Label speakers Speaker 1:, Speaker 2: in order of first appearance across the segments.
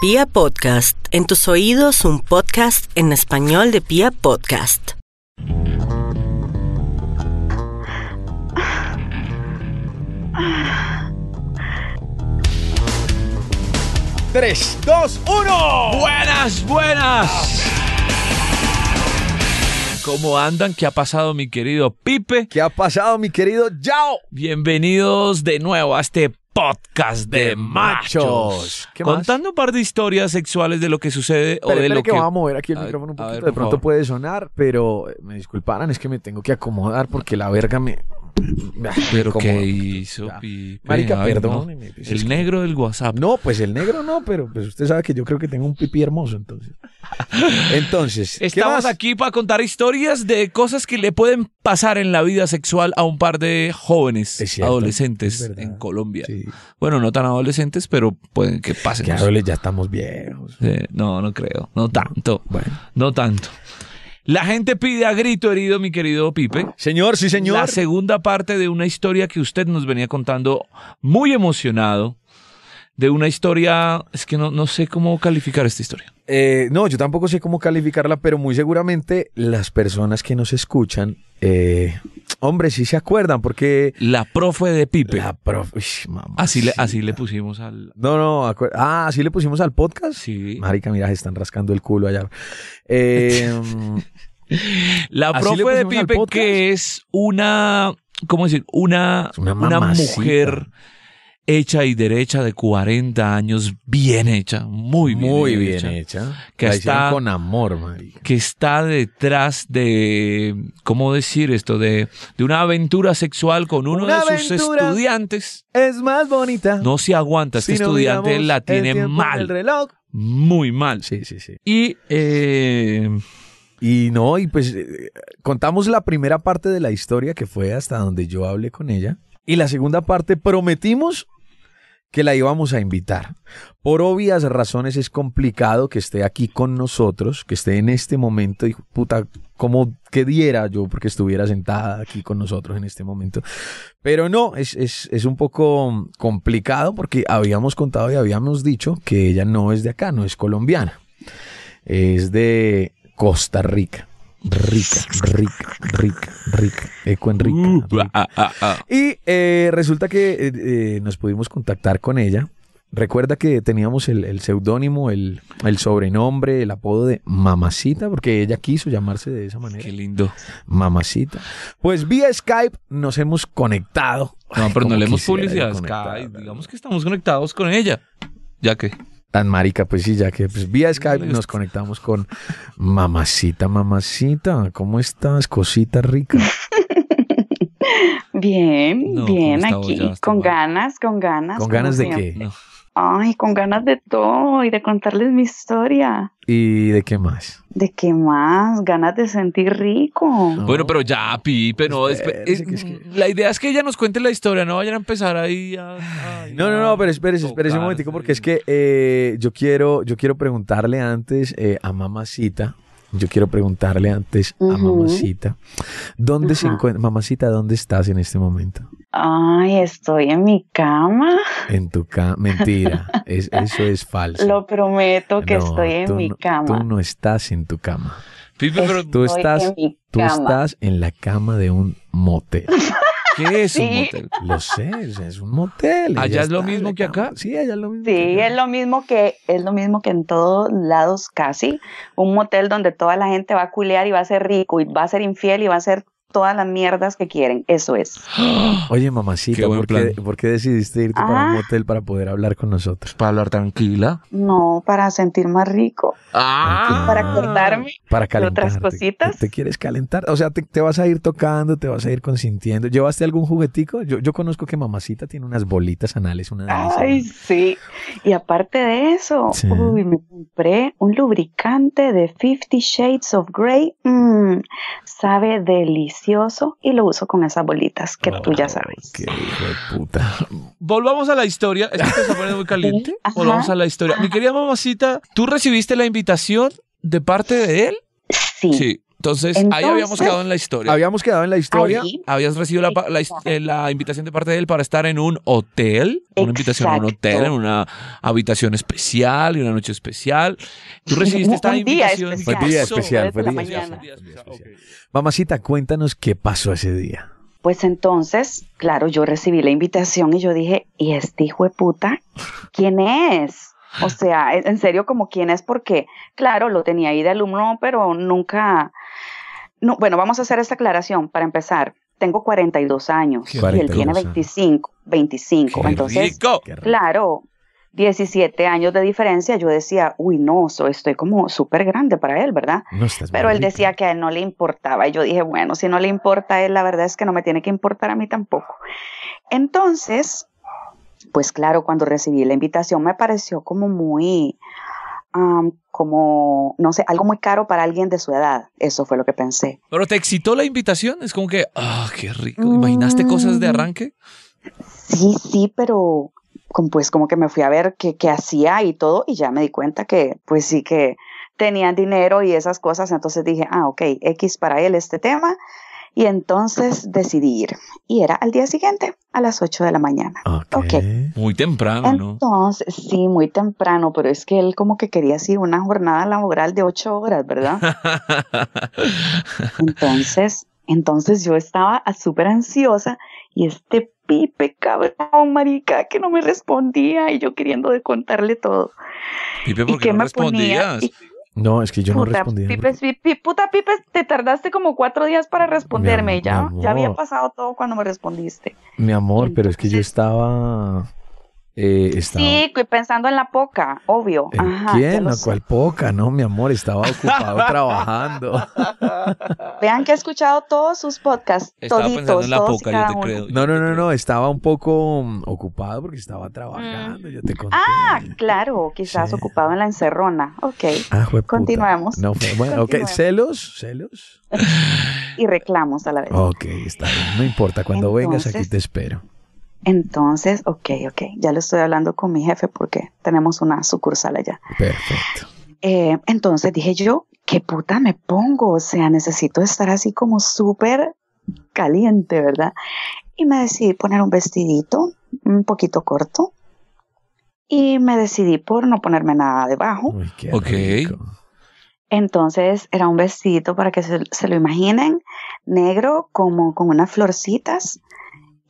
Speaker 1: Pia Podcast, en tus oídos un podcast en español de Pia Podcast.
Speaker 2: Tres, dos, uno.
Speaker 3: Buenas, buenas. ¿Cómo andan? ¿Qué ha pasado, mi querido Pipe?
Speaker 2: ¿Qué ha pasado, mi querido Yao?
Speaker 3: Bienvenidos de nuevo a este podcast de,
Speaker 2: De machos.
Speaker 3: machos.
Speaker 2: ¿Qué más?
Speaker 3: Contando un par de historias sexuales de lo que sucede o
Speaker 2: Espere,
Speaker 3: de
Speaker 2: espere
Speaker 3: lo
Speaker 2: que,
Speaker 3: que.
Speaker 2: voy a mover aquí el
Speaker 3: A ver,
Speaker 2: micrófono un
Speaker 3: a
Speaker 2: poquito.
Speaker 3: ver,
Speaker 2: de
Speaker 3: por
Speaker 2: pronto
Speaker 3: favor.
Speaker 2: puede sonar, pero eh, me disculparán, es que me tengo que acomodar porque la verga me.
Speaker 3: Pero
Speaker 2: Como-
Speaker 3: qué hizo,
Speaker 2: Ya.
Speaker 3: Pipe.
Speaker 2: Marica,
Speaker 3: Ay, no.
Speaker 2: perdóneme. pues, es
Speaker 3: El
Speaker 2: que-
Speaker 3: negro del WhatsApp.
Speaker 2: No, pues el negro no, pero pues usted sabe que yo creo que tengo un pipí hermoso, entonces. Entonces, ¿qué
Speaker 3: Estamos
Speaker 2: más?
Speaker 3: aquí para contar historias de cosas que le pueden pasar en la vida sexual a un par de
Speaker 2: Es
Speaker 3: jóvenes
Speaker 2: cierto,
Speaker 3: adolescentes
Speaker 2: es verdad.
Speaker 3: en Colombia.
Speaker 2: Sí,
Speaker 3: Bueno, no tan adolescentes, pero pueden que pasen.
Speaker 2: que
Speaker 3: cosas.
Speaker 2: adole- ya estamos viejos.
Speaker 3: Eh, no, no creo. No tanto.
Speaker 2: Bueno.
Speaker 3: No tanto. La gente pide a grito herido, mi querido Pipe.
Speaker 2: Señor, sí, señor.
Speaker 3: La segunda parte de una historia que usted nos venía contando muy emocionado. De una historia. Es que no, no sé cómo calificar esta historia.
Speaker 2: Eh, no, yo tampoco sé cómo calificarla, pero muy seguramente las personas que nos escuchan, eh, hombre, sí se acuerdan, porque
Speaker 3: La profe de Pipe.
Speaker 2: la profe, uish, mamá,
Speaker 3: Así, le,
Speaker 2: sí.
Speaker 3: así le pusimos al.
Speaker 2: No, no, acuer- ah, así le pusimos al podcast.
Speaker 3: Sí.
Speaker 2: Marica, mira, se están rascando el culo allá. Eh,
Speaker 3: La
Speaker 2: ¿Así le
Speaker 3: profe de
Speaker 2: pusimos al
Speaker 3: Pipe,
Speaker 2: podcast?
Speaker 3: que es una. ¿Cómo decir? Una,
Speaker 2: Es una
Speaker 3: una
Speaker 2: mamacita.
Speaker 3: mujer hecha y derecha de 40 años, bien hecha, muy bien.
Speaker 2: muy bien
Speaker 3: hecha.
Speaker 2: hecha.
Speaker 3: Que
Speaker 2: la hicieron
Speaker 3: está-
Speaker 2: con amor, marica.
Speaker 3: que está detrás de, ¿cómo decir esto? De, de una aventura sexual con uno
Speaker 2: Una
Speaker 3: de sus
Speaker 2: aventura.
Speaker 3: estudiantes.
Speaker 2: Es más bonita.
Speaker 3: No se aguanta, este
Speaker 2: Si no
Speaker 3: estudiante
Speaker 2: miramos
Speaker 3: la
Speaker 2: el
Speaker 3: tiene
Speaker 2: tiempo en el
Speaker 3: mal,
Speaker 2: reloj.
Speaker 3: muy mal.
Speaker 2: Sí, sí, sí.
Speaker 3: Y eh,
Speaker 2: Y no, y pues eh, contamos la primera parte de la historia que fue hasta donde yo hablé con ella. Y la segunda parte prometimos que la íbamos a invitar. Por obvias razones es complicado que esté aquí con nosotros, que esté en este momento y puta, como que diera yo porque estuviera sentada aquí con nosotros en este momento. Pero no, es, es, es un poco complicado porque habíamos contado y habíamos dicho que ella no es de acá, no es colombiana. Es de Costa Rica. Rica, rica, rica, rica. Eco en rica.
Speaker 3: uh,
Speaker 2: rica.
Speaker 3: ah, ah, ah.
Speaker 2: Y eh, resulta que eh, eh, nos pudimos contactar con ella. Recuerda que teníamos el, el seudónimo, el, el sobrenombre, el apodo de Mamacita, porque ella quiso llamarse de esa manera.
Speaker 3: qué lindo.
Speaker 2: Mamacita. Pues vía Skype nos hemos conectado.
Speaker 3: No, pero no
Speaker 2: cómo
Speaker 3: le hemos
Speaker 2: quisiera yo
Speaker 3: publicidad.
Speaker 2: conectar,
Speaker 3: Sky,
Speaker 2: ¿verdad?
Speaker 3: digamos que estamos conectados con ella. Ya que.
Speaker 2: Tan marica, pues sí, ya que pues, vía Skype nos conectamos con Mamacita, Mamacita. ¿Cómo estás, cosita rica?
Speaker 4: Bien,
Speaker 3: No,
Speaker 4: bien,
Speaker 3: ¿cómo está
Speaker 4: aquí,
Speaker 3: Boyacá?
Speaker 4: con
Speaker 3: Está mal.
Speaker 4: ganas, con ganas.
Speaker 2: ¿Con ganas de
Speaker 4: como
Speaker 2: qué?
Speaker 4: siempre.
Speaker 3: No.
Speaker 4: Ay, con ganas de todo y de contarles mi historia.
Speaker 2: ¿Y de qué más?
Speaker 4: ¿De qué más? Ganas de sentir rico.
Speaker 3: Bueno, pero ya, Pipe, no. espe-
Speaker 2: Espérese
Speaker 3: eh,
Speaker 2: que es que-
Speaker 3: La idea es que ella nos cuente la historia, no vayan a empezar ahí a.
Speaker 2: No, no, no, pero espérese, espérese un momentico, porque es que eh, yo, quiero, yo quiero preguntarle antes eh, a Mamacita, yo quiero preguntarle antes a
Speaker 4: Ujú.
Speaker 2: Mamacita, ¿dónde se
Speaker 4: Ajá.
Speaker 2: encuentra, Mamacita, dónde estás en este momento?
Speaker 4: Ay, estoy en mi cama.
Speaker 2: En tu cama, mentira, es- eso es falso.
Speaker 4: Lo prometo que
Speaker 2: No,
Speaker 4: estoy en
Speaker 2: tú
Speaker 4: mi
Speaker 2: no- Tú
Speaker 4: cama.
Speaker 2: no estás en tu cama,
Speaker 3: Pipe, pero
Speaker 2: tú
Speaker 4: Estoy
Speaker 2: estás-
Speaker 4: en mi
Speaker 2: tú
Speaker 4: cama.
Speaker 2: estás en la cama de un motel.
Speaker 3: ¿qué es un
Speaker 4: Sí.
Speaker 3: motel?
Speaker 2: Lo sé, o sea, es un motel.
Speaker 3: ¿Allá
Speaker 2: ella
Speaker 3: es lo
Speaker 2: está en
Speaker 3: mismo
Speaker 2: la
Speaker 3: que acá?
Speaker 2: cama. Sí, allá es lo mismo.
Speaker 4: Sí,
Speaker 2: que acá.
Speaker 4: es lo mismo que es lo mismo que en todos lados casi, un motel donde toda la gente va a culear y va a ser rico y va a ser infiel y va a hacer todas las mierdas que quieren, eso es.
Speaker 2: Oye, mamacita,
Speaker 3: Qué buen
Speaker 2: ¿por qué, por qué decidiste irte para un
Speaker 4: Ah.
Speaker 2: motel para poder hablar con nosotros?
Speaker 3: Para hablar tranquila.
Speaker 4: No, para sentir más rico,
Speaker 2: Ah.
Speaker 4: para cortarme.
Speaker 2: Para
Speaker 4: ¿Y
Speaker 2: calentar.
Speaker 4: otras cositas?
Speaker 2: ¿Te, quieres calentar? O sea, te, te vas a ir tocando, te vas a ir consintiendo. ¿Llevaste algún juguetico? Yo, yo conozco que mamacita tiene unas bolitas anales, una delicia.
Speaker 4: Ay, sí. Y aparte de eso,
Speaker 2: Ah, Sí.
Speaker 4: uy, me compré un lubricante de 50 Shades of Grey. Mm, sabe delicioso y lo uso con esas bolitas que
Speaker 2: Ah,
Speaker 4: tú ya sabes.
Speaker 2: Qué hijo de puta.
Speaker 3: Volvamos a la historia. Es que te está poniendo muy caliente.
Speaker 4: Ajá.
Speaker 3: Volvamos a la historia. Mi querida mamacita, ¿tú recibiste la invitación de parte de él?
Speaker 4: Sí,
Speaker 3: Entonces, ahí
Speaker 4: Entonces-
Speaker 3: habíamos quedado en la historia.
Speaker 2: Habíamos quedado en la historia.
Speaker 4: Ahí,
Speaker 3: Habías recibido la, pa- la his- eh, la invitación de parte de él para estar en un hotel, una invitación a un
Speaker 4: Exacto.
Speaker 3: hotel, en una habitación especial y una noche especial. Tú recibiste
Speaker 4: Un-
Speaker 3: esta
Speaker 4: un día
Speaker 3: invitación.
Speaker 4: especial.
Speaker 2: Fue día
Speaker 3: Eso.
Speaker 2: especial, fue
Speaker 4: Por la
Speaker 2: día
Speaker 4: mañana.
Speaker 2: especial. Mamacita, cuéntanos qué pasó ese día.
Speaker 4: Pues entonces, claro, yo recibí la invitación y yo dije, ¿y este hijo de puta? ¿Quién es? O sea, en en serio, como quién es, porque, claro, lo tenía ahí de alumno, pero nunca. No, bueno, vamos a hacer esta aclaración para empezar. Tengo 42 años
Speaker 2: Qué
Speaker 4: y él
Speaker 2: 42
Speaker 4: tiene
Speaker 2: años.
Speaker 4: 25. 25.
Speaker 2: Qué
Speaker 4: entonces,
Speaker 3: Rico.
Speaker 2: Qué raro.
Speaker 4: Claro, 17 años de diferencia, yo decía, uy, no, so- estoy como súper grande para él, ¿verdad?
Speaker 2: No estás
Speaker 4: Pero él
Speaker 2: maldita.
Speaker 4: decía que a él no le importaba. Y yo dije, bueno, si no le importa a él, la verdad es que no me tiene que importar a mí tampoco. Entonces, pues claro, cuando recibí la invitación me pareció como muy, am, como, no sé, algo muy caro para alguien de su edad. Eso fue lo que pensé.
Speaker 3: Pero te excitó la invitación, es como que, ah, qué rico. ¿Imaginaste cosas
Speaker 4: Mm.
Speaker 3: de arranque?
Speaker 4: Sí, sí, pero como, pues como que me fui a ver qué, qué hacía y todo y ya me di cuenta que pues sí que tenían dinero y esas cosas, entonces dije, ah, ok, X para él este tema y entonces decidí ir y era al día siguiente a las 8 de la mañana.
Speaker 2: Ok.
Speaker 3: Muy temprano, ¿no?
Speaker 4: Entonces, sí, muy temprano, pero es que él como que quería así una jornada laboral de 8 horas, ¿verdad? Entonces, entonces yo estaba a- súper ansiosa y este pipe cabrón, marica, que no me respondía y yo queriendo de contarle todo.
Speaker 3: Pipe,
Speaker 4: ¿Y
Speaker 3: ¿por qué
Speaker 4: qué
Speaker 3: no
Speaker 4: me ponía?
Speaker 3: respondías?
Speaker 4: Y
Speaker 2: No, es que yo no
Speaker 4: puta,
Speaker 2: respondía.
Speaker 4: Pipe, pi- pi- puta Pipe, te tardaste como cuatro días para responderme. y ya,
Speaker 2: mi
Speaker 4: ya había
Speaker 2: amor.
Speaker 4: pasado todo cuando me respondiste.
Speaker 2: Mi amor, pero es que yo
Speaker 4: Entonces-
Speaker 2: estaba. eh, estaba
Speaker 4: Sí, cu- pensando en la poca, obvio.
Speaker 2: ¿En
Speaker 4: Ajá, ya
Speaker 2: ¿Quién?
Speaker 4: lo
Speaker 2: No,
Speaker 4: sé.
Speaker 2: cual poca, no, mi amor, estaba ocupado trabajando.
Speaker 4: Vean que he escuchado todos sus podcasts,
Speaker 3: Estaba
Speaker 4: toditos,
Speaker 3: pensando en la
Speaker 4: todos y
Speaker 3: poca, yo
Speaker 4: cada
Speaker 3: te
Speaker 4: uno.
Speaker 3: creo.
Speaker 2: No, no, no, no, estaba un poco mm, ocupado porque estaba trabajando, yo te conté.
Speaker 4: Ah, claro, quizás
Speaker 2: Sí.
Speaker 4: ocupado en la encerrona. Ok.
Speaker 2: Ah, jueputa.
Speaker 4: continuemos.
Speaker 2: No, fue- bueno, ok,
Speaker 4: Continuemos.
Speaker 2: celos, celos.
Speaker 4: Y reclamos a la vez.
Speaker 2: Ok, está bien, no importa, cuando vengas aquí
Speaker 4: Entonces-
Speaker 2: te espero.
Speaker 4: Entonces, ok, ok, ya lo estoy hablando con mi jefe porque tenemos una sucursal allá.
Speaker 2: Perfecto.
Speaker 4: Eh, entonces dije yo, ¿qué puta me pongo? O sea, necesito estar así como súper caliente, ¿verdad? Y me decidí poner un vestidito un poquito corto y me decidí por no ponerme nada debajo.
Speaker 2: Uy, qué
Speaker 3: Ok.
Speaker 2: rico.
Speaker 4: Entonces era un vestidito para que se, se lo imaginen, negro como con unas florcitas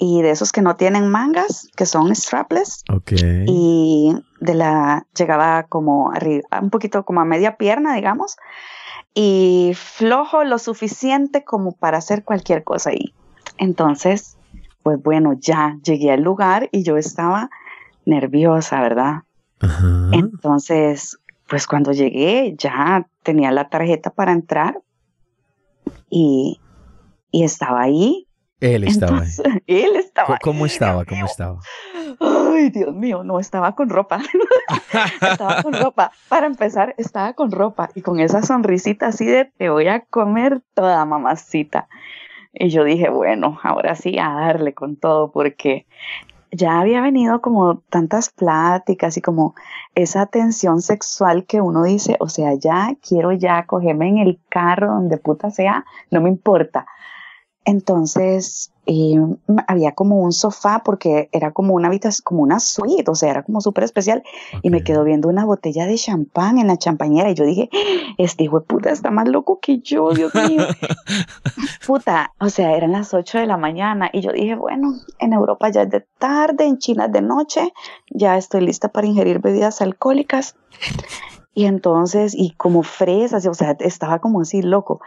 Speaker 4: y de esos que no tienen mangas, que son strapless.
Speaker 2: Ok.
Speaker 4: y de la llegaba como arriba, un poquito como a media pierna, digamos, y flojo lo suficiente como para hacer cualquier cosa ahí. Entonces, pues bueno, ya llegué al lugar y yo estaba nerviosa, ¿verdad?
Speaker 2: Ajá.
Speaker 4: Entonces, pues cuando llegué ya tenía la tarjeta para entrar y, y estaba ahí.
Speaker 2: Él estaba ahí.
Speaker 4: Entonces, él estaba
Speaker 2: Co- ¿Cómo
Speaker 4: ahí,
Speaker 2: estaba?
Speaker 4: Dios mío.
Speaker 2: ¿Cómo estaba?
Speaker 4: Ay, Dios mío, no estaba con ropa. estaba con ropa. Para empezar, estaba con ropa y con esa sonrisita así de te voy a comer toda mamacita. Y yo dije, bueno, ahora sí a darle con todo porque ya había venido como tantas pláticas y como esa tensión sexual que uno dice, o sea, ya quiero ya cogerme en el carro donde puta sea, no me importa. Entonces eh, m- había como un sofá porque era como una habitación, como una suite, o sea, era como súper especial. Y me
Speaker 2: Ok.
Speaker 4: quedó viendo una botella de champán en la champañera y yo dije, este hijo de puta está más loco que yo, Dios mío. puta, o sea, eran las 8 de la mañana y yo dije, bueno, en Europa ya es de tarde, en China es de noche, ya estoy lista para ingerir bebidas alcohólicas. Y entonces, y como fresas, y, o sea, estaba como así loco.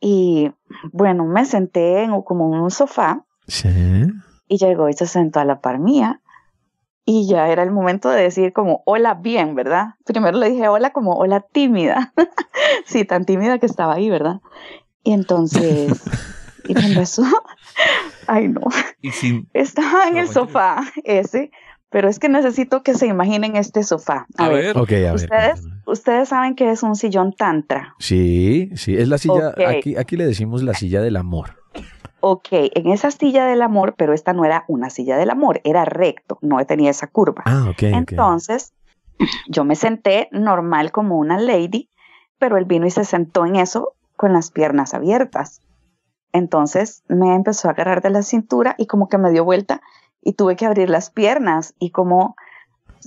Speaker 4: Y bueno, me senté en, como en un sofá
Speaker 2: Sí.
Speaker 4: y llegó y se sentó a la par mía. Y ya era el momento de decir como, hola, bien, ¿verdad? Primero le dije hola como, hola, tímida. sí, tan tímida que estaba ahí, ¿verdad? Y entonces, y me empezó, ay no,
Speaker 3: Y sin.
Speaker 4: estaba en
Speaker 3: No,
Speaker 4: el
Speaker 3: tranquila.
Speaker 4: sofá ese, pero es que necesito que se imaginen este sofá. A,
Speaker 3: A
Speaker 4: ver,
Speaker 3: ver.
Speaker 2: Ok, a ver.
Speaker 4: ¿Ustedes?
Speaker 2: cuéntame.
Speaker 4: ustedes saben que es un sillón tantra.
Speaker 2: Sí, sí, es la silla,
Speaker 4: Ok.
Speaker 2: aquí, aquí le decimos la silla del amor.
Speaker 4: Ok, en esa silla del amor, pero esta no era una silla del amor, era recto, no tenía esa curva.
Speaker 2: Ah, ok. ok.
Speaker 4: Entonces, yo me senté normal como una lady, pero él vino y se sentó en eso con las piernas abiertas. Entonces me empezó a agarrar de la cintura y como que me dio vuelta y tuve que abrir las piernas y como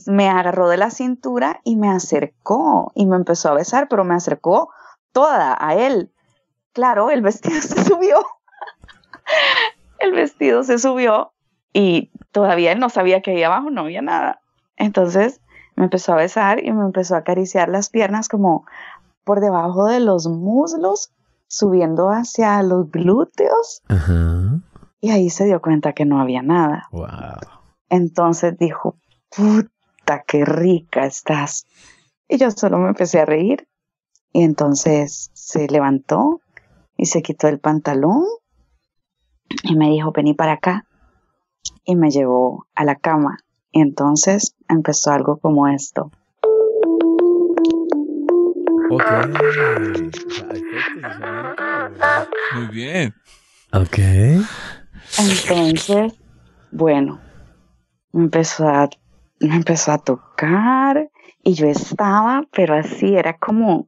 Speaker 4: me agarró de la cintura y me acercó y me empezó a besar, pero me acercó toda a él. Claro, el vestido se subió. el vestido se subió y todavía él no sabía que ahí abajo no había nada. Entonces me empezó a besar y me empezó a acariciar las piernas como por debajo de los muslos, subiendo hacia los glúteos.
Speaker 2: Ajá.
Speaker 4: Y ahí se dio cuenta que no había nada.
Speaker 2: Wow.
Speaker 4: Entonces dijo, puta, qué rica estás. Y yo solo me empecé a reír. Y entonces se levantó y se quitó el pantalón y me dijo, vení para acá. Y me llevó a la cama. Y entonces empezó algo como esto.
Speaker 2: Ok.
Speaker 3: Muy bien.
Speaker 2: Ok.
Speaker 4: Entonces, bueno, me empezó a, me empezó a tocar y yo estaba, pero así era como,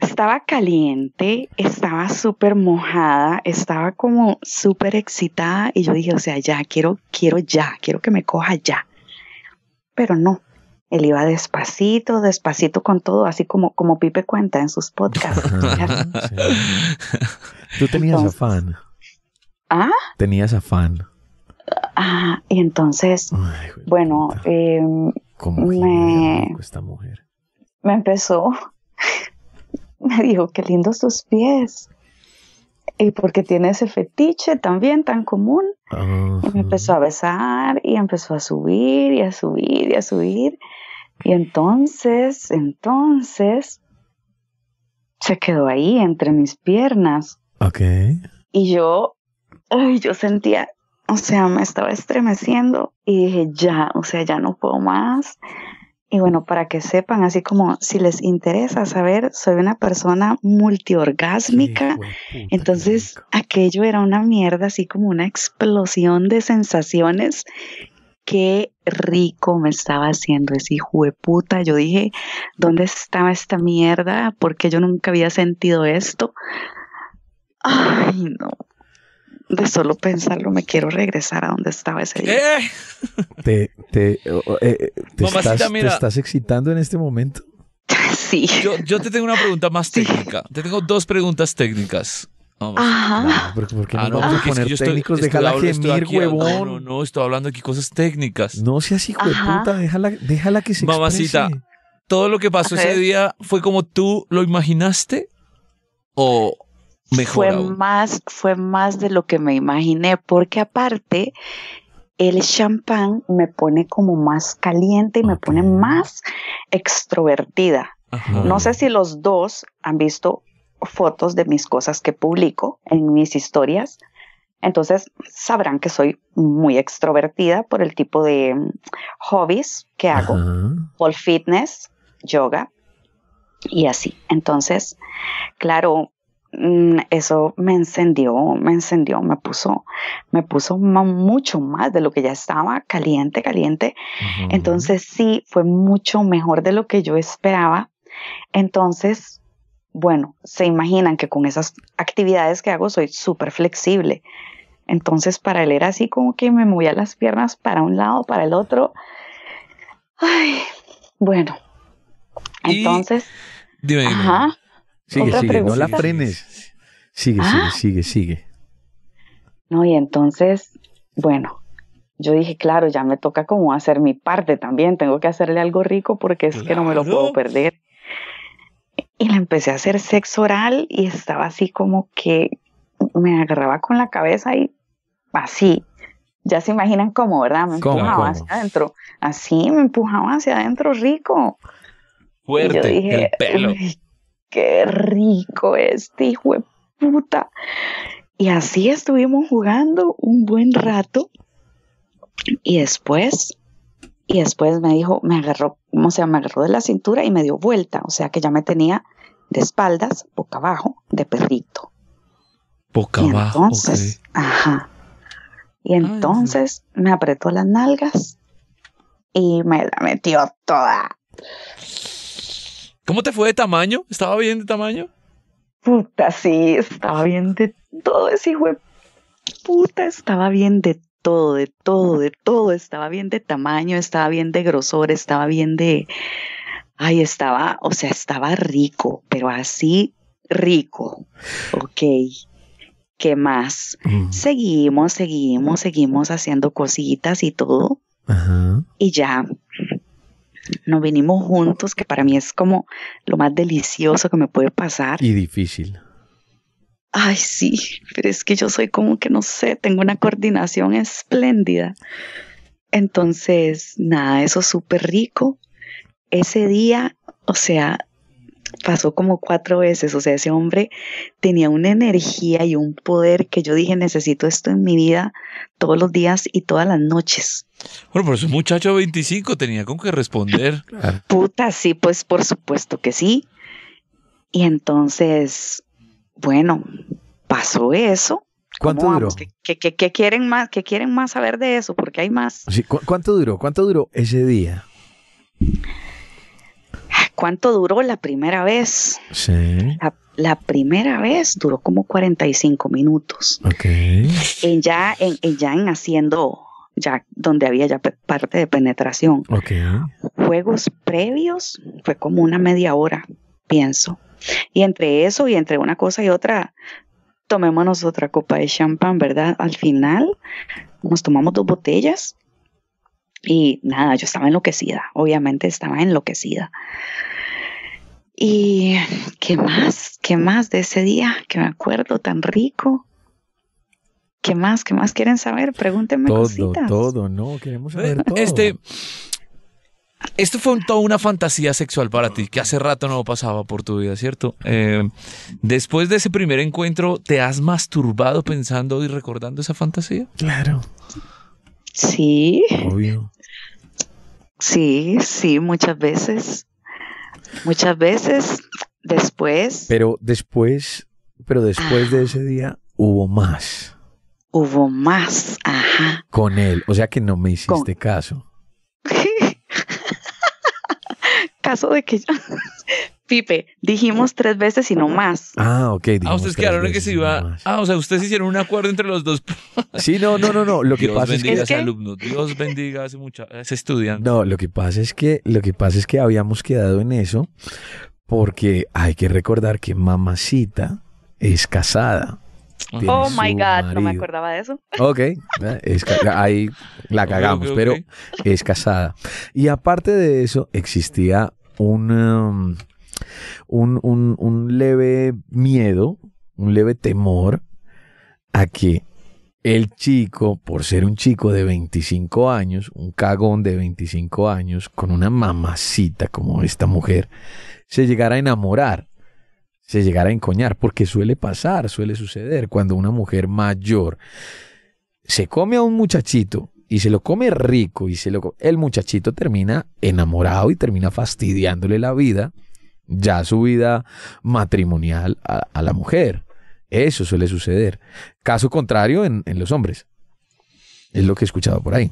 Speaker 4: estaba caliente, estaba súper mojada, estaba como súper excitada y yo dije, o sea, ya, quiero, quiero ya, quiero que me coja ya. Pero no, él iba despacito, despacito con todo, así como, como Pipe cuenta en sus podcasts.
Speaker 2: Ajá, Ah, sí. Tú tenías
Speaker 4: Entonces-
Speaker 2: afán.
Speaker 4: ¿Ah?
Speaker 2: Tenías afán.
Speaker 4: Ah, y entonces,
Speaker 2: Ay, güey,
Speaker 4: bueno,
Speaker 2: puta.
Speaker 4: eh,
Speaker 2: Cómo gira
Speaker 4: me-
Speaker 2: rico esta mujer.
Speaker 4: me empezó, me dijo, qué lindos tus pies. Y porque tiene ese fetiche también tan común. Y
Speaker 2: Ajá.
Speaker 4: me empezó a besar y empezó a subir y a subir y a subir. Y entonces, entonces, se quedó ahí entre mis piernas.
Speaker 2: Ok.
Speaker 4: Y yo, ay, yo sentía, o sea, me estaba estremeciendo y dije, ya, o sea, ya no puedo más. Y bueno, para que sepan, así como si les interesa saber, soy una persona multiorgásmica.
Speaker 2: Sí, hijueputa, qué
Speaker 4: Entonces,
Speaker 2: rico.
Speaker 4: aquello era una mierda, así como una explosión de sensaciones. Qué rico me estaba haciendo ese hijo de puta. Yo dije, ¿dónde estaba esta mierda? Porque yo nunca había sentido esto. Ay, no. De solo pensarlo, me quiero regresar a donde estaba ese día.
Speaker 3: Eh,
Speaker 2: Te, te, oh, oh, eh, eh, te
Speaker 3: Mamacita,
Speaker 2: estás, te
Speaker 3: mira.
Speaker 2: estás excitando en este momento.
Speaker 4: Sí.
Speaker 3: yo, yo te tengo una pregunta más técnica. Te tengo dos preguntas técnicas. Vamos.
Speaker 4: Ah. Ajá.
Speaker 2: No, porque, porque
Speaker 3: Ah,
Speaker 2: no, vamos
Speaker 3: porque
Speaker 2: a
Speaker 3: es que
Speaker 2: poner
Speaker 3: yo estoy-
Speaker 2: técnicos.
Speaker 3: estoy
Speaker 2: déjala
Speaker 3: hablo- estoy
Speaker 2: gemir,
Speaker 3: aquí- ah, No, no,
Speaker 2: huevón. No,
Speaker 3: no, estoy hablando aquí cosas técnicas.
Speaker 2: seas hijo
Speaker 4: Ajá.
Speaker 2: de puta. Déjala, déjala que se
Speaker 3: Mamacita.
Speaker 2: exprese.
Speaker 3: ¿Todo lo que pasó
Speaker 4: A
Speaker 3: ese
Speaker 4: ver.
Speaker 3: día fue como tú lo imaginaste? ¿O mejor
Speaker 4: fue
Speaker 3: aún?
Speaker 4: más fue más de lo que me imaginé porque aparte el champán me pone como más caliente y me
Speaker 2: Ok.
Speaker 4: pone más extrovertida.
Speaker 3: Ajá.
Speaker 4: No sé si los dos han visto fotos de mis cosas que publico en mis historias. Entonces sabrán que soy muy extrovertida por el tipo de mm, hobbies que hago
Speaker 2: Ajá.
Speaker 4: pole fitness, yoga y así. Entonces, claro, mm, eso me encendió, me encendió, me puso, me puso ma- mucho más de lo que ya estaba caliente, caliente.
Speaker 2: Ajá.
Speaker 4: Entonces sí, fue mucho mejor de lo que yo esperaba. Entonces, bueno, se imaginan que con esas actividades que hago soy súper flexible. Entonces, para él era así como que me movía las piernas para un lado, para el otro. Ay, bueno.
Speaker 3: Y-
Speaker 4: Entonces,
Speaker 3: Dime, dime.
Speaker 4: ajá.
Speaker 2: Sigue,
Speaker 4: Otra
Speaker 2: sigue, no la
Speaker 4: pregunta.
Speaker 2: frenes. Sigue,
Speaker 4: Ah.
Speaker 2: sigue, sigue, sigue.
Speaker 4: No, y entonces, bueno, yo dije, claro, ya me toca como hacer mi parte también, tengo que hacerle algo rico porque es que no me lo
Speaker 3: Claro.
Speaker 4: puedo perder. Y le empecé a hacer sexo oral y estaba así como que me agarraba con la cabeza y así. Ya se imaginan cómo, ¿verdad? Me
Speaker 2: ¿Cómo,
Speaker 4: empujaba
Speaker 2: cómo?
Speaker 4: hacia adentro. Así me empujaba hacia adentro rico. Y yo
Speaker 3: Fuerte,
Speaker 4: dije, "Mm,
Speaker 3: el pelo.
Speaker 4: "Uy, qué rico este hijo de puta. Y así estuvimos jugando un buen rato. Y después, y después me dijo, me agarró, o sea, me agarró de la cintura y me dio vuelta. O sea que ya me tenía de espaldas, boca abajo, de perrito.
Speaker 3: Boca
Speaker 4: Y
Speaker 3: abajo.
Speaker 4: entonces, ajá. Y
Speaker 3: no.
Speaker 4: entonces me apretó las nalgas y me la metió toda.
Speaker 3: ok. ¿Cómo te fue de tamaño? ¿Estaba bien de tamaño?
Speaker 4: puta, sí, estaba bien de todo ese hijo de puta, estaba bien de todo, de todo, de todo, estaba bien de tamaño, estaba bien de grosor, estaba bien de, ay, estaba, o sea, estaba rico, pero así rico, ok. ¿Qué más?
Speaker 2: Mm.
Speaker 4: Seguimos, seguimos, seguimos haciendo cositas y todo.
Speaker 2: Ajá.
Speaker 4: Y ya nos vinimos juntos, que para mí es como lo más delicioso que me puede pasar.
Speaker 2: Y difícil.
Speaker 4: Ay, sí, pero es que yo soy como que no sé, tengo una coordinación espléndida. Entonces, nada, eso es súper rico. Ese día, o sea, pasó como cuatro veces. O sea, ese hombre tenía una energía y un poder que yo dije, necesito esto en mi vida todos los días y todas las noches.
Speaker 3: Bueno, pero es un muchacho de 25, tenía como que responder.
Speaker 2: Claro.
Speaker 4: Puta, sí, pues por supuesto que sí. Y entonces, bueno, pasó eso.
Speaker 2: ¿Cuánto
Speaker 4: ¿Cómo
Speaker 2: duró?
Speaker 4: vamos? ¿Qué- qué, qué- qué quieren más? ¿Qué quieren más saber de eso? Porque hay más.
Speaker 2: Sí, ¿cu- ¿Cuánto duró? ¿Cuánto duró ese día?
Speaker 4: Ah, ¿Cuánto duró la primera vez?
Speaker 2: Sí.
Speaker 4: La, la primera vez duró como 45 minutos.
Speaker 2: Ok.
Speaker 4: En ya, en, en ya en haciendo, ya donde había ya pe- parte de penetración.
Speaker 2: Ok.
Speaker 4: Juegos previos fue como una media hora, pienso. Y entre eso y entre una cosa y otra, tomémonos otra copa de champán, ¿verdad? Al final nos tomamos dos botellas y nada, yo estaba enloquecida, obviamente estaba enloquecida. ¿Y qué más? ¿Qué más de ese día que me acuerdo tan rico? ¿Qué más? ¿Qué más quieren saber? Pregúntenme
Speaker 2: Todo,
Speaker 4: cositas.
Speaker 2: todo, ¿no? Queremos saber todo.
Speaker 3: Este, esto fue un- toda una fantasía sexual para ti, que hace rato no pasaba por tu vida, ¿cierto? Eh, después de ese primer encuentro, ¿te has masturbado pensando y recordando esa fantasía? Ah,
Speaker 2: Claro.
Speaker 4: Sí.
Speaker 2: Obvio.
Speaker 4: Sí, sí, muchas veces. Muchas veces después
Speaker 2: Pero después, pero después
Speaker 4: Ah.
Speaker 2: de ese día hubo más
Speaker 4: hubo más. Ajá.
Speaker 2: con él. O sea que no me hiciste caso.
Speaker 4: Caso de que yo. Pipe, dijimos tres veces y no más.
Speaker 2: Ah, ok.
Speaker 3: Ah,
Speaker 2: dijimos
Speaker 3: ustedes
Speaker 2: tres
Speaker 3: quedaron en que
Speaker 2: veces
Speaker 3: se
Speaker 2: nada
Speaker 3: iba.
Speaker 2: más.
Speaker 3: Ah, o sea, ustedes hicieron un acuerdo entre los dos.
Speaker 2: Sí, no, no, no, no. Lo que
Speaker 3: Dios
Speaker 2: pasa es
Speaker 3: bendiga
Speaker 2: que
Speaker 3: a ese
Speaker 4: Es que-
Speaker 3: alumno, Dios bendiga a ese, mucha- a ese estudiante.
Speaker 2: No, lo que pasa es que lo que pasa es que habíamos quedado en eso porque hay que recordar que mamacita es casada.
Speaker 3: Ah.
Speaker 2: Tiene
Speaker 4: Oh
Speaker 2: su
Speaker 4: my God, no me
Speaker 2: marido.
Speaker 4: acordaba de eso.
Speaker 2: Ok, eh, es ca- ahí la
Speaker 3: Ok,
Speaker 2: cagamos,
Speaker 3: ok,
Speaker 2: pero
Speaker 3: ok.
Speaker 2: es casada. Y aparte de eso, existía un, um, un, un- un leve miedo, un leve temor a que el chico, por ser un chico de 25 años, un cagón de 25 años, con una mamacita como esta mujer, se llegara a enamorar, se llegara a encoñar, porque suele pasar, suele suceder cuando una mujer mayor se come a un muchachito y se lo come rico y se lo co- el muchachito termina enamorado y termina fastidiándole la vida, ya su vida matrimonial a, a la mujer. Eso suele suceder. Caso contrario en, en los hombres. Es lo que he escuchado por ahí.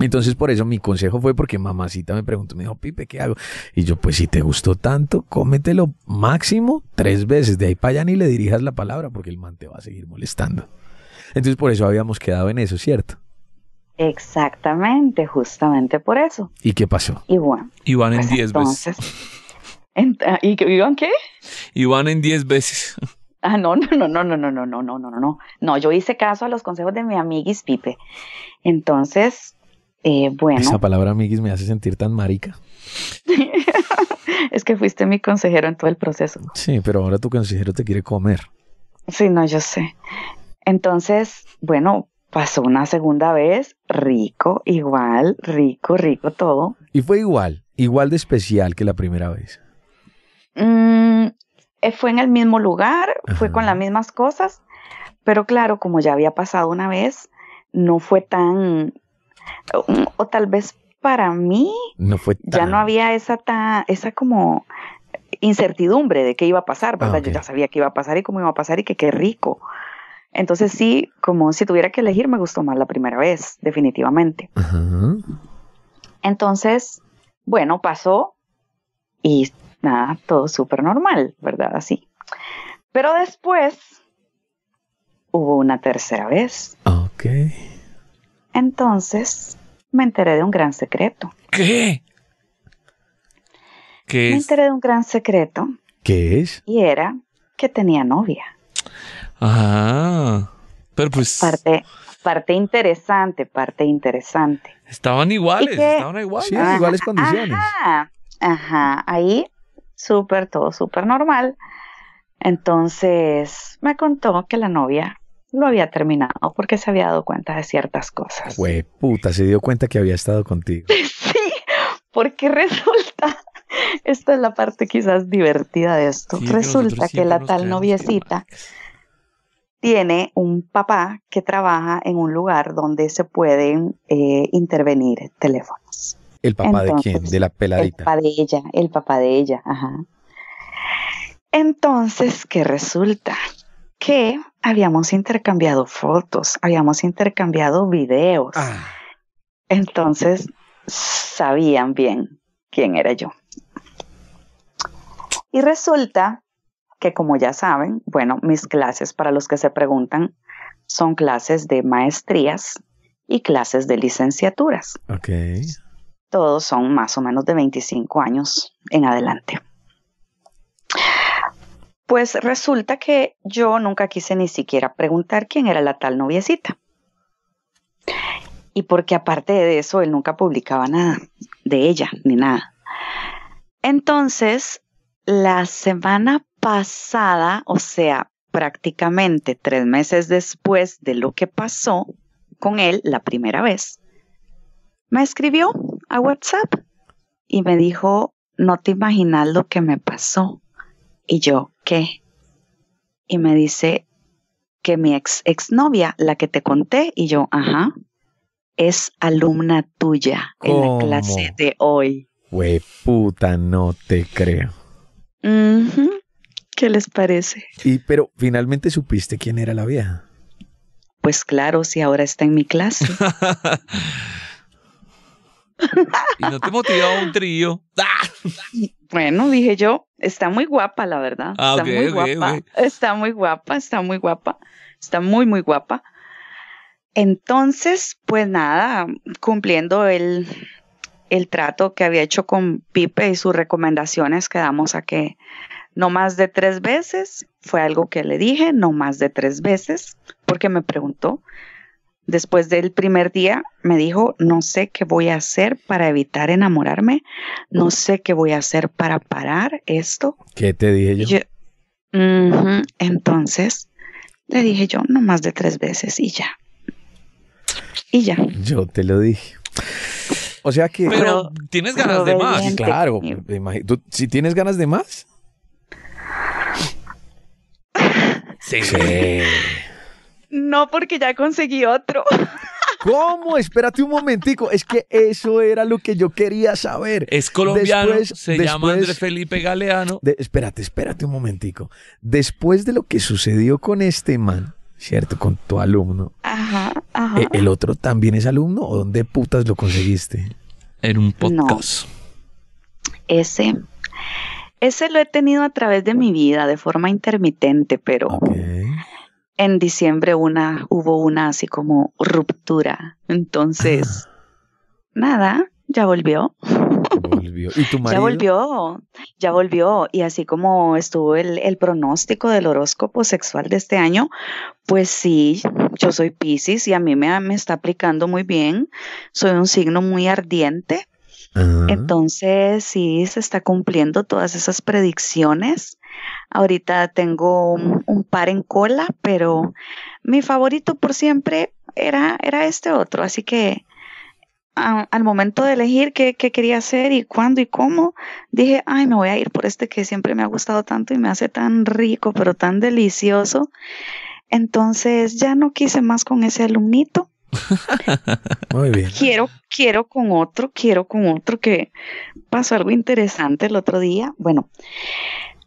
Speaker 2: Entonces por eso mi consejo fue porque mamacita me preguntó, me dijo, Pipe, ¿qué hago? Y yo, pues si te gustó tanto, cómetelo máximo tres veces. De ahí para allá ni le dirijas la palabra porque el man te va a seguir molestando. Entonces por eso habíamos quedado en eso, ¿cierto?
Speaker 4: Exactamente, justamente por eso.
Speaker 2: ¿Y qué pasó?
Speaker 4: Y bueno,
Speaker 3: Iván en
Speaker 4: pues
Speaker 3: 10 veces.
Speaker 4: entonces. ent- ah, ¿Y que- iban qué?
Speaker 3: Iván en 10 veces.
Speaker 4: Ah, no, no, no, no, no, no, no, no, no, no, no, no. No, yo hice caso a los consejos de mi amiguis Pipe. Entonces, eh, bueno.
Speaker 2: Esa palabra, amiguis, me hace sentir tan marica.
Speaker 4: Es que fuiste mi consejero en todo el proceso.
Speaker 2: Sí, pero ahora tu consejero te quiere comer.
Speaker 4: Sí, no, yo sé. Entonces, bueno, pasó una segunda vez, rico, igual, rico, rico todo.
Speaker 2: Y fue igual, igual de especial que la primera vez.
Speaker 4: Mm, eh, fue en el mismo lugar, fue
Speaker 2: Ajá.
Speaker 4: con las mismas cosas, pero claro, como ya había pasado una vez, no fue tan, o, o tal vez para mí,
Speaker 2: No fue tan...
Speaker 4: ya no había esa, ta- esa como incertidumbre de qué iba a pasar, ¿verdad?
Speaker 3: Ah,
Speaker 2: ok.
Speaker 4: Yo ya sabía qué iba a pasar y cómo iba a pasar y que qué rico. Entonces sí, como si tuviera que elegir, me gustó más la primera vez, definitivamente.
Speaker 2: Ajá.
Speaker 4: Entonces, bueno, pasó y nada, todo súper normal, ¿verdad? Así. Pero después hubo una tercera vez.
Speaker 2: Ok.
Speaker 4: Entonces me enteré de un gran secreto.
Speaker 3: ¿Qué? ¿Qué
Speaker 4: Me
Speaker 3: es?
Speaker 4: enteré de un gran secreto
Speaker 2: ¿Qué es?
Speaker 4: y era que tenía novia.
Speaker 3: Ah. Pero pues
Speaker 4: Parte, parte interesante, parte interesante.
Speaker 3: estaban iguales,
Speaker 4: ¿Y qué?
Speaker 3: estaban iguales.
Speaker 2: Sí, en iguales condiciones.
Speaker 4: Ajá, ajá. ahí súper, todo súper normal. Entonces me contó que la novia lo había terminado porque se había dado cuenta de ciertas cosas.
Speaker 2: Güey, puta, se dio cuenta que había estado contigo.
Speaker 4: Sí, porque resulta, esta es la parte quizás divertida de esto,
Speaker 3: Sí, es que
Speaker 4: resulta
Speaker 3: nosotros
Speaker 4: que la
Speaker 3: siempre nos
Speaker 4: tal
Speaker 3: creemos
Speaker 4: noviecita
Speaker 3: que-
Speaker 4: tiene un papá que trabaja en un lugar donde se pueden eh, intervenir teléfonos.
Speaker 2: ¿El papá
Speaker 4: Entonces,
Speaker 2: de quién? De la
Speaker 4: El
Speaker 2: peladita.
Speaker 4: papá de ella, el papá de ella, ajá. Entonces, ¿qué resulta? Que habíamos intercambiado fotos, habíamos intercambiado videos.
Speaker 2: Ah,
Speaker 4: Entonces, sabían bien quién era yo. Y resulta que, como ya saben, bueno, mis clases, para los que se preguntan, son clases de maestrías y clases de licenciaturas
Speaker 2: ok.
Speaker 4: todos son más o menos de 25 años en adelante. Pues resulta que yo nunca quise ni siquiera preguntar quién era la tal noviecita. Y porque aparte de eso, él nunca publicaba nada de ella, ni nada. Entonces, la semana pasada, o sea, prácticamente tres meses después de lo que pasó con él la primera vez, me escribió a WhatsApp y me dijo, no te imaginas lo que me pasó. Y yo, ¿qué? Y me dice que mi ex exnovia, la que te conté, y yo, ajá, es alumna tuya en
Speaker 2: ¿Cómo?
Speaker 4: la clase de hoy.
Speaker 2: Güey, puta, no te creo.
Speaker 4: Ujú. ¿Qué les parece?
Speaker 2: Y pero finalmente supiste quién era la vieja.
Speaker 4: Pues claro, si ahora está en mi clase.
Speaker 3: ¿Y no te motivaba un trío? ¡Ah!
Speaker 4: Bueno, dije yo, está muy guapa, la verdad.
Speaker 3: Ah,
Speaker 4: está
Speaker 3: ok,
Speaker 4: muy
Speaker 3: ok,
Speaker 4: guapa.
Speaker 3: ok.
Speaker 4: Está muy guapa, está muy guapa. Está muy, muy guapa. Entonces, pues nada, cumpliendo el, el trato que había hecho con Pipe y sus recomendaciones, quedamos a que no más de tres veces, fue algo que le dije, no más de tres veces, porque me preguntó. Después del primer día me dijo, no sé qué voy a hacer para evitar enamorarme, no sé qué voy a hacer para parar esto.
Speaker 2: ¿Qué te dije
Speaker 4: Y
Speaker 2: yo?
Speaker 4: yo, "Ujú". Entonces le dije yo, no más de tres veces y ya. Y ya.
Speaker 2: Yo te lo dije. O sea que.
Speaker 3: Pero
Speaker 4: Pero-
Speaker 3: tienes ganas de
Speaker 4: pero
Speaker 3: más.
Speaker 2: Sí,
Speaker 4: gente.
Speaker 2: claro. imagi- ¿Tú, si tienes ganas de más.
Speaker 3: Sí.
Speaker 4: No, porque ya conseguí otro.
Speaker 2: ¿Cómo? Espérate un momentico. Es que eso era lo que yo quería saber.
Speaker 3: Es colombiano,
Speaker 2: Después-
Speaker 3: se llama
Speaker 2: después-
Speaker 3: Andrés Felipe Galeano.
Speaker 2: De- espérate, espérate un momentico. Después de lo que sucedió con este man, ¿cierto? Con tu alumno.
Speaker 4: Ajá, ajá.
Speaker 2: ¿e- ¿El otro también es alumno o dónde putas lo conseguiste?
Speaker 3: En un podcast.
Speaker 4: podcast. Ese, ese lo he tenido a través de mi vida de forma intermitente, pero
Speaker 2: Ok.
Speaker 4: en diciembre una, hubo una así como ruptura. Entonces, nada, ya volvió.
Speaker 2: Volvió. ¿Y tu
Speaker 4: Ya
Speaker 2: marido?
Speaker 4: volvió, ya volvió. Y así como estuvo el, el pronóstico del horóscopo sexual de este año, pues sí, yo soy Pisces y a mí me, me está aplicando muy bien. Soy un signo muy ardiente.
Speaker 2: Ah,
Speaker 4: Entonces, sí, se está cumpliendo todas esas predicciones. Ahorita tengo un, un par en cola, pero mi favorito por siempre era, era este otro. Así que a- al momento de elegir qué, qué quería hacer y cuándo y cómo, dije, ay, me voy a ir por este que siempre me ha gustado tanto y me hace tan rico, pero tan delicioso. Entonces, ya no quise más con ese alumnito
Speaker 2: Muy bien.
Speaker 4: quiero, quiero con otro, quiero con otro que pasó algo interesante el otro día. Bueno,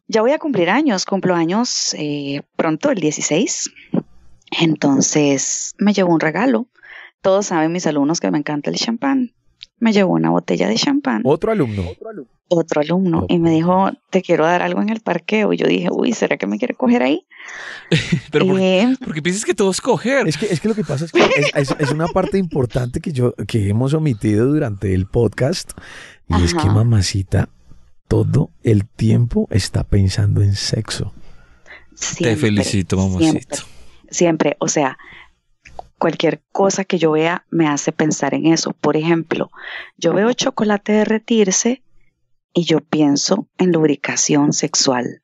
Speaker 4: ya voy a cumplir años, cumplo años eh, pronto, el 16. Entonces me llevó un regalo. Todos saben mis alumnos que me encanta el champán. me llevó una botella de champán,
Speaker 3: Oh.
Speaker 2: Otro alumno.
Speaker 4: otro alumno, y me dijo, te quiero dar algo en el parqueo. Y yo dije, uy, ¿será que me quiere coger ahí?
Speaker 3: Pero ¿por,
Speaker 4: Eh,
Speaker 3: porque piensas que todo es coger.
Speaker 2: Es que, es que lo que pasa es que es, es- es una parte importante que, yo, que hemos omitido durante el podcast. Y es que
Speaker 4: Ajá.
Speaker 2: mamacita todo el tiempo está pensando en sexo.
Speaker 3: Te
Speaker 4: siempre,
Speaker 3: felicito, mamacito.
Speaker 4: Siempre, siempre, o sea, cualquier cosa que yo vea me hace pensar en eso. Por ejemplo, yo veo chocolate derretirse y yo pienso en lubricación sexual.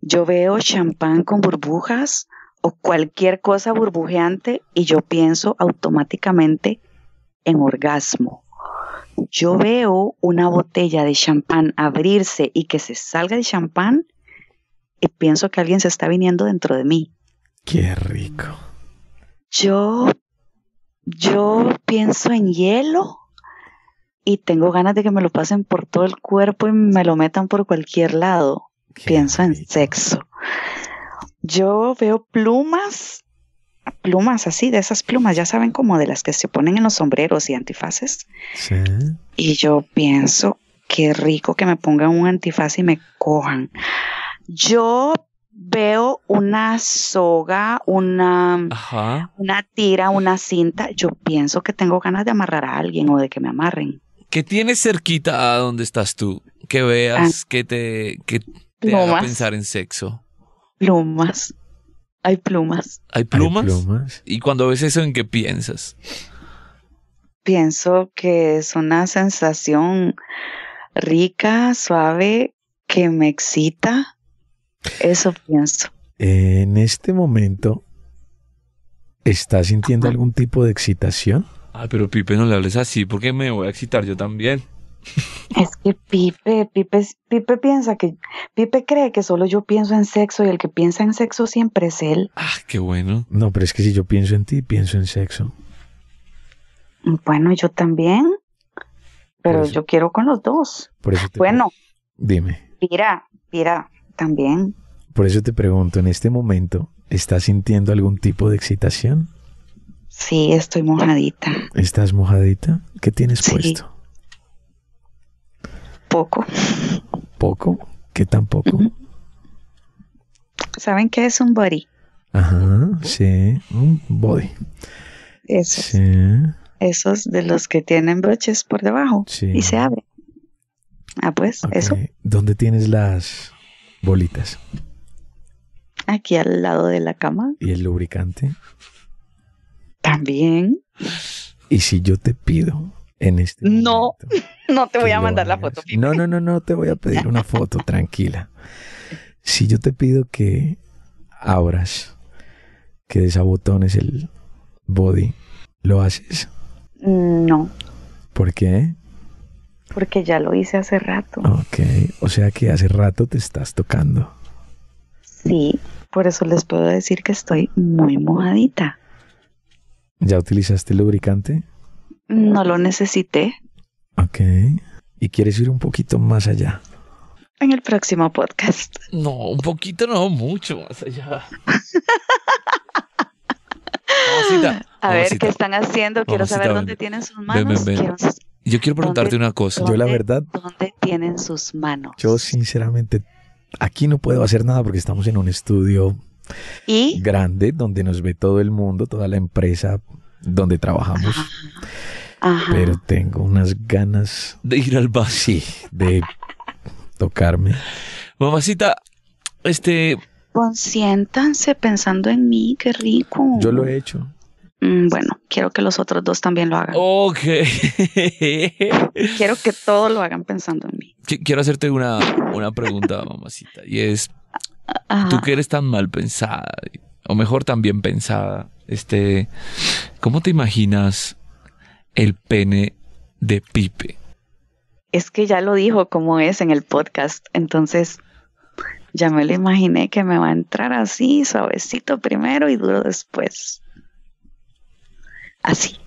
Speaker 4: Yo veo champán con burbujas o cualquier cosa burbujeante y yo pienso automáticamente en orgasmo. Yo veo una botella de champán abrirse y que se salga el champán y pienso que alguien se está viniendo dentro de mí.
Speaker 2: Qué rico.
Speaker 4: Yo, yo pienso en hielo y tengo ganas de que me lo pasen por todo el cuerpo y me lo metan por cualquier lado.
Speaker 2: Qué
Speaker 4: Pienso en
Speaker 2: rico.
Speaker 4: sexo. Yo veo plumas, plumas así, de esas plumas, ya saben, como de las que se ponen en los sombreros y antifaces.
Speaker 2: Sí.
Speaker 4: Y yo pienso, qué rico que me pongan un antifaz y me cojan. Yo veo una soga, una,
Speaker 3: Ajá.
Speaker 4: una tira, una cinta. Yo pienso que tengo ganas de amarrar a alguien o de que me amarren.
Speaker 3: ¿Qué tienes cerquita a donde estás tú? Que veas que te, que te haga
Speaker 4: Plumas.
Speaker 3: pensar en sexo.
Speaker 4: Plumas. Hay plumas.
Speaker 3: ¿Hay
Speaker 2: Hay
Speaker 3: plumas?
Speaker 2: plumas.
Speaker 3: Y cuando ves eso, ¿en qué piensas?
Speaker 4: Pienso que es una sensación rica, suave, que me excita. Eso pienso.
Speaker 2: En este momento, ¿estás sintiendo
Speaker 4: Ajá.
Speaker 2: algún tipo de excitación?
Speaker 3: Ay, Ah, pero Pipe, no le hables así porque me voy a excitar yo también.
Speaker 4: Es que Pipe, Pipe, es- Pipe piensa que, Pipe cree que solo yo pienso en sexo y el que piensa en sexo siempre es él.
Speaker 3: Ah, qué bueno.
Speaker 2: No, pero es que si yo pienso en ti, pienso en sexo.
Speaker 4: Bueno, yo también, pero
Speaker 2: Por eso-
Speaker 4: yo quiero con los dos.
Speaker 2: Por eso te
Speaker 4: Bueno,
Speaker 2: Dime.
Speaker 4: Pira, Pira, también.
Speaker 2: Por eso te pregunto, en este momento, ¿estás sintiendo algún tipo de excitación?
Speaker 4: Sí, estoy mojadita,
Speaker 2: ¿Estás mojadita? ¿Qué tienes
Speaker 4: Sí.
Speaker 2: puesto?
Speaker 4: poco.
Speaker 2: ¿Poco? ¿Qué tan poco?
Speaker 4: Ujú. ¿Saben qué es un body?
Speaker 2: Ajá, sí. Un body.
Speaker 4: Esos,
Speaker 2: Sí,
Speaker 4: esos de los que tienen broches por debajo
Speaker 2: sí.
Speaker 4: y se abre. Ah, pues
Speaker 2: Ok.
Speaker 4: eso,
Speaker 2: ¿Dónde tienes las bolitas?
Speaker 4: aquí al lado de la cama
Speaker 2: ¿Y el lubricante?
Speaker 4: también.
Speaker 2: ¿Y si yo te pido en este
Speaker 4: No.
Speaker 2: momento
Speaker 4: No te voy
Speaker 2: que
Speaker 4: a
Speaker 2: lo
Speaker 4: mandar la
Speaker 2: hagas?
Speaker 4: foto, Pipe.
Speaker 2: No, no, no, no te voy a pedir una foto, tranquila. Si yo te pido que abras, que desabotones el body, ¿lo haces?
Speaker 4: Mm, No,
Speaker 2: ¿Por qué?
Speaker 4: porque ya lo hice hace rato.
Speaker 2: Ok, o sea que hace rato te estás tocando.
Speaker 4: Sí, por eso les puedo decir que estoy muy mojadita.
Speaker 2: ¿Ya utilizaste el lubricante?
Speaker 4: No lo necesité.
Speaker 2: Ok. ¿Y quieres ir un poquito más allá?
Speaker 4: En el próximo podcast.
Speaker 3: No, un poquito no, mucho más allá. Mamacita,
Speaker 4: A ver
Speaker 3: mamacita,
Speaker 4: qué están haciendo. Quiero
Speaker 3: Mamacita,
Speaker 4: saber
Speaker 3: ven.
Speaker 4: dónde tienen sus
Speaker 3: ven,
Speaker 4: manos.
Speaker 3: ven.
Speaker 4: Quiero s-
Speaker 3: Yo quiero preguntarte una cosa.
Speaker 2: Yo la verdad,
Speaker 4: dónde tienen sus manos.
Speaker 2: yo sinceramente aquí no puedo hacer nada porque estamos en un estudio
Speaker 4: Y
Speaker 2: grande donde nos ve todo el mundo, toda la empresa donde trabajamos,
Speaker 4: ajá,
Speaker 2: pero tengo unas ganas,
Speaker 3: De ir al baño.
Speaker 2: sí, de tocarme.
Speaker 3: Mamacita, este,
Speaker 4: consiéntanse pensando en mí, qué rico.
Speaker 2: Yo lo he hecho.
Speaker 4: Mm, bueno, quiero que los otros dos también lo hagan.
Speaker 3: ok.
Speaker 4: Quiero que todos lo hagan pensando en mí.
Speaker 3: Qui- Quiero hacerte una, una pregunta, mamacita, y es,
Speaker 4: Ajá.
Speaker 3: tú que eres tan mal pensada, o mejor tan bien pensada, este, ¿cómo te imaginas el pene de Pipe?
Speaker 4: Es que ya lo dijo como es en el podcast, entonces ya me lo imaginé que me va a entrar así, suavecito primero y duro después. Así.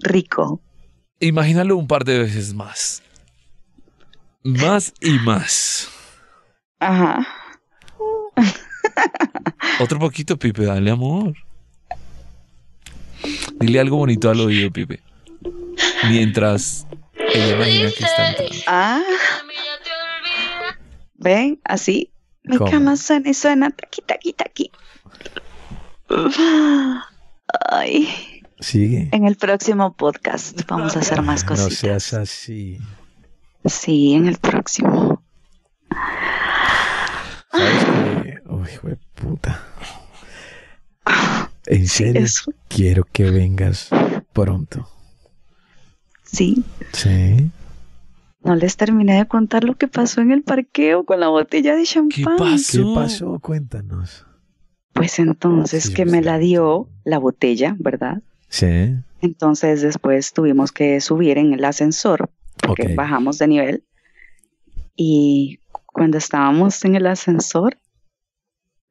Speaker 4: Rico.
Speaker 3: Imagínalo un par de veces más. Más y más.
Speaker 4: Ajá.
Speaker 3: Otro poquito, Pipe, dale amor. Dile algo bonito al oído, Pipe. mientras ella imagina que está entrando.
Speaker 4: Ah. Ven, así. Mi
Speaker 2: ¿Cómo?
Speaker 4: cama suena y suena. Taqui, taqui, taqui. Ay.
Speaker 2: Sigue.
Speaker 4: En el próximo podcast vamos a hacer más
Speaker 2: No
Speaker 4: cositas.
Speaker 2: seas así.
Speaker 4: Sí, en el próximo.
Speaker 2: ¿Sabes qué? Uy, jue- puta. En serio,
Speaker 4: Eso.
Speaker 2: quiero que vengas pronto.
Speaker 4: Sí.
Speaker 2: Sí.
Speaker 4: No les terminé de contar lo que pasó en el parqueo con la botella de champán.
Speaker 2: ¿Qué
Speaker 3: pasó?
Speaker 2: pasó? Cuéntanos.
Speaker 4: Pues entonces
Speaker 2: Sí,
Speaker 4: que
Speaker 2: yo
Speaker 4: me
Speaker 2: sé.
Speaker 4: la dio la botella, ¿verdad?
Speaker 2: Sí.
Speaker 4: Entonces después tuvimos que subir en el ascensor porque
Speaker 2: Ok.
Speaker 4: bajamos de nivel. Y cuando estábamos en el ascensor,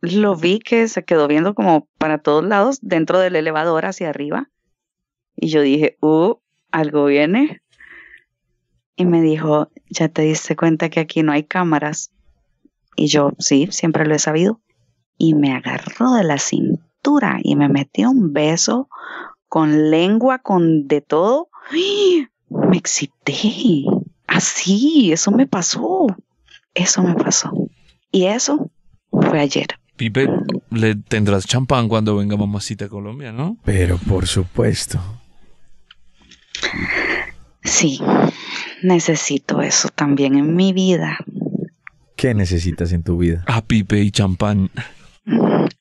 Speaker 4: lo vi que se quedó viendo como para todos lados, dentro del elevador hacia arriba. Y yo dije, uh, algo viene. Y me dijo, ¿ya te diste cuenta que aquí no hay cámaras? Y yo, sí, siempre lo he sabido. Y me agarró de la cintura y me metió un beso con lengua, con de todo. ¡Ay! Me excité. Así, eso me pasó. Eso me pasó. Y eso fue ayer.
Speaker 3: Pipe, le tendrás champán cuando venga mamacita a Colombia, ¿no?
Speaker 2: Pero por supuesto.
Speaker 4: Sí, necesito eso también en mi vida.
Speaker 2: ¿Qué necesitas en tu vida?
Speaker 3: A Ah, Pipe y champán.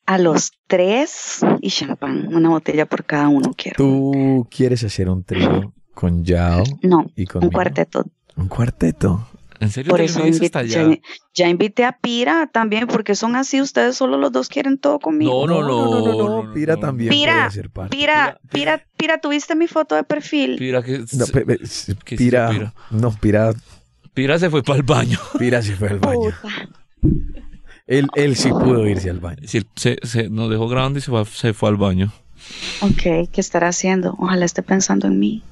Speaker 4: A los tres y champán. Una botella por cada uno quiero.
Speaker 2: ¿Tú quieres hacer un trío con Yao
Speaker 4: No,
Speaker 2: y con
Speaker 4: un cuarteto.
Speaker 2: Un cuarteto.
Speaker 3: ¿En serio
Speaker 4: Por
Speaker 3: te
Speaker 4: eso
Speaker 3: lo dices
Speaker 4: invi-
Speaker 3: hasta allá?
Speaker 4: ya, ya invité a Pira también, porque son así. Ustedes solo los dos quieren todo conmigo.
Speaker 3: No, no, no,
Speaker 2: no, no,
Speaker 3: no, no,
Speaker 2: Pira
Speaker 3: no.
Speaker 2: también
Speaker 4: Pira,
Speaker 2: puede hacer parte.
Speaker 4: Pira, Pira, Pira, ¿tuviste mi foto de perfil?
Speaker 3: Pira, que,
Speaker 2: No, pe- pe-
Speaker 3: ¿Qué es
Speaker 2: Pira,
Speaker 3: Pira?
Speaker 2: no, Pira,
Speaker 3: Pira se fue para el baño.
Speaker 2: Pira se fue al baño.
Speaker 4: Puta.
Speaker 2: Él, él sí pudo irse al baño.
Speaker 3: Sí, Se, se- nos dejó grande y se fue, se fue al baño.
Speaker 4: Ok, ¿qué estará haciendo? Ojalá esté pensando en mí.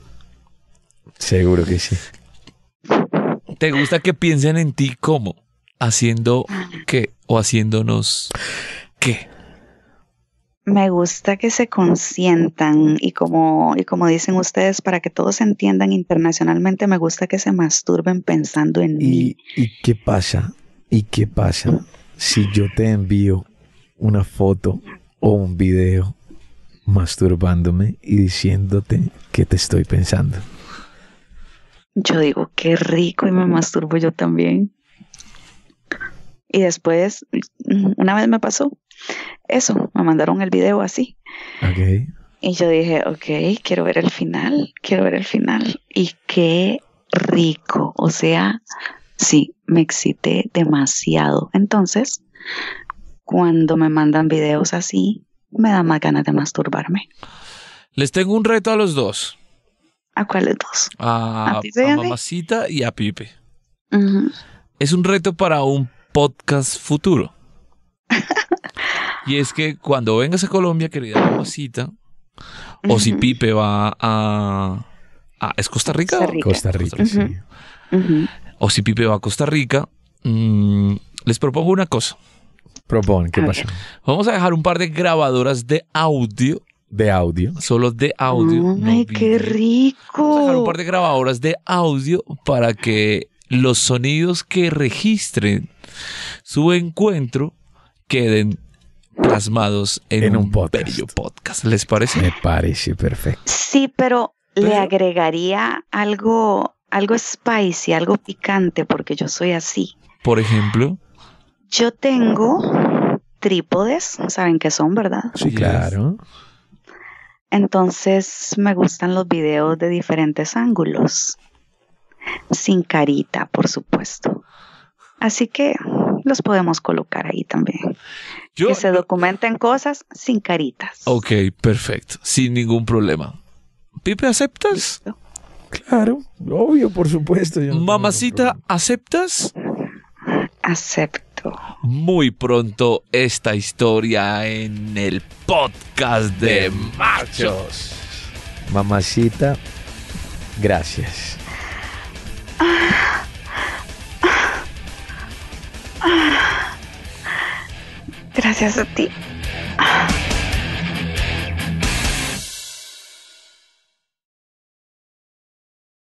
Speaker 2: Seguro que sí.
Speaker 3: ¿Te gusta que piensen en ti cómo? ¿Haciendo qué? ¿O haciéndonos qué?
Speaker 4: Me gusta que se consientan y como, y como dicen ustedes, para que todos se entiendan internacionalmente, me gusta que se masturben pensando en mí.
Speaker 2: ¿Y, y qué pasa? ¿Y qué pasa si yo te envío una foto o un video masturbándome y diciéndote que te estoy pensando?
Speaker 4: Yo digo, qué rico y me masturbo yo también. Y después, mm, una vez me pasó eso, me mandaron el video así.
Speaker 2: ¿Ok?
Speaker 4: Y yo dije, ok, quiero ver el final, quiero ver el final. Y qué rico. O sea, sí, me excité demasiado. Entonces, cuando me mandan videos así, me da más ganas de masturbarme.
Speaker 3: Les tengo un reto a los dos.
Speaker 4: ¿A cuáles dos?
Speaker 3: A,
Speaker 4: ¿A Pipe y
Speaker 3: a
Speaker 4: a mí?
Speaker 3: Mamacita y a Pipe.
Speaker 4: Ujú.
Speaker 3: Es un reto para un podcast futuro. Y es que cuando vengas a Colombia, querida mamacita, o si
Speaker 4: Ujú.
Speaker 3: Pipe va a, a- ¿Es Costa Rica?
Speaker 4: Costa Rica.
Speaker 2: Costa Rica,
Speaker 3: Costa
Speaker 2: sí.
Speaker 4: Rica. Ujú.
Speaker 3: O si Pipe va a Costa Rica, mm, les propongo una cosa.
Speaker 2: Propon, ¿qué
Speaker 4: A
Speaker 2: pasó?
Speaker 3: Vamos a dejar un par de grabadoras de audio,
Speaker 2: De audio.
Speaker 3: solo de audio. no
Speaker 4: Ay, Oh qué
Speaker 3: video. Vamos a dejar un
Speaker 4: rico.
Speaker 3: par de grabadoras de audio para que los sonidos que registren su encuentro queden plasmados en,
Speaker 2: En un
Speaker 3: un,
Speaker 2: podcast.
Speaker 3: bello podcast. ¿Les parece?
Speaker 2: Me parece perfecto.
Speaker 4: Sí, pero, le
Speaker 3: Pero-
Speaker 4: agregaría algo, algo spicy, algo picante, porque yo soy así.
Speaker 3: Por ejemplo,
Speaker 4: Yo tengo trípodes, saben qué son, ¿verdad?
Speaker 2: Sí,
Speaker 3: Yes.
Speaker 2: claro.
Speaker 4: Entonces me gustan los videos de diferentes ángulos, sin carita, por supuesto. Así que los podemos colocar ahí también.
Speaker 3: yo...
Speaker 4: que se documenten cosas sin caritas.
Speaker 3: Ok, perfecto. Sin ningún problema. Pipe, ¿aceptas?
Speaker 4: Listo.
Speaker 2: Claro, obvio, por supuesto. yo no tengo
Speaker 3: Mamacita,
Speaker 2: ningún
Speaker 3: ¿aceptas?
Speaker 4: Acepto.
Speaker 3: Muy pronto esta historia en el podcast de Macho.
Speaker 2: problema. Mamacita, gracias.
Speaker 4: Gracias a ti.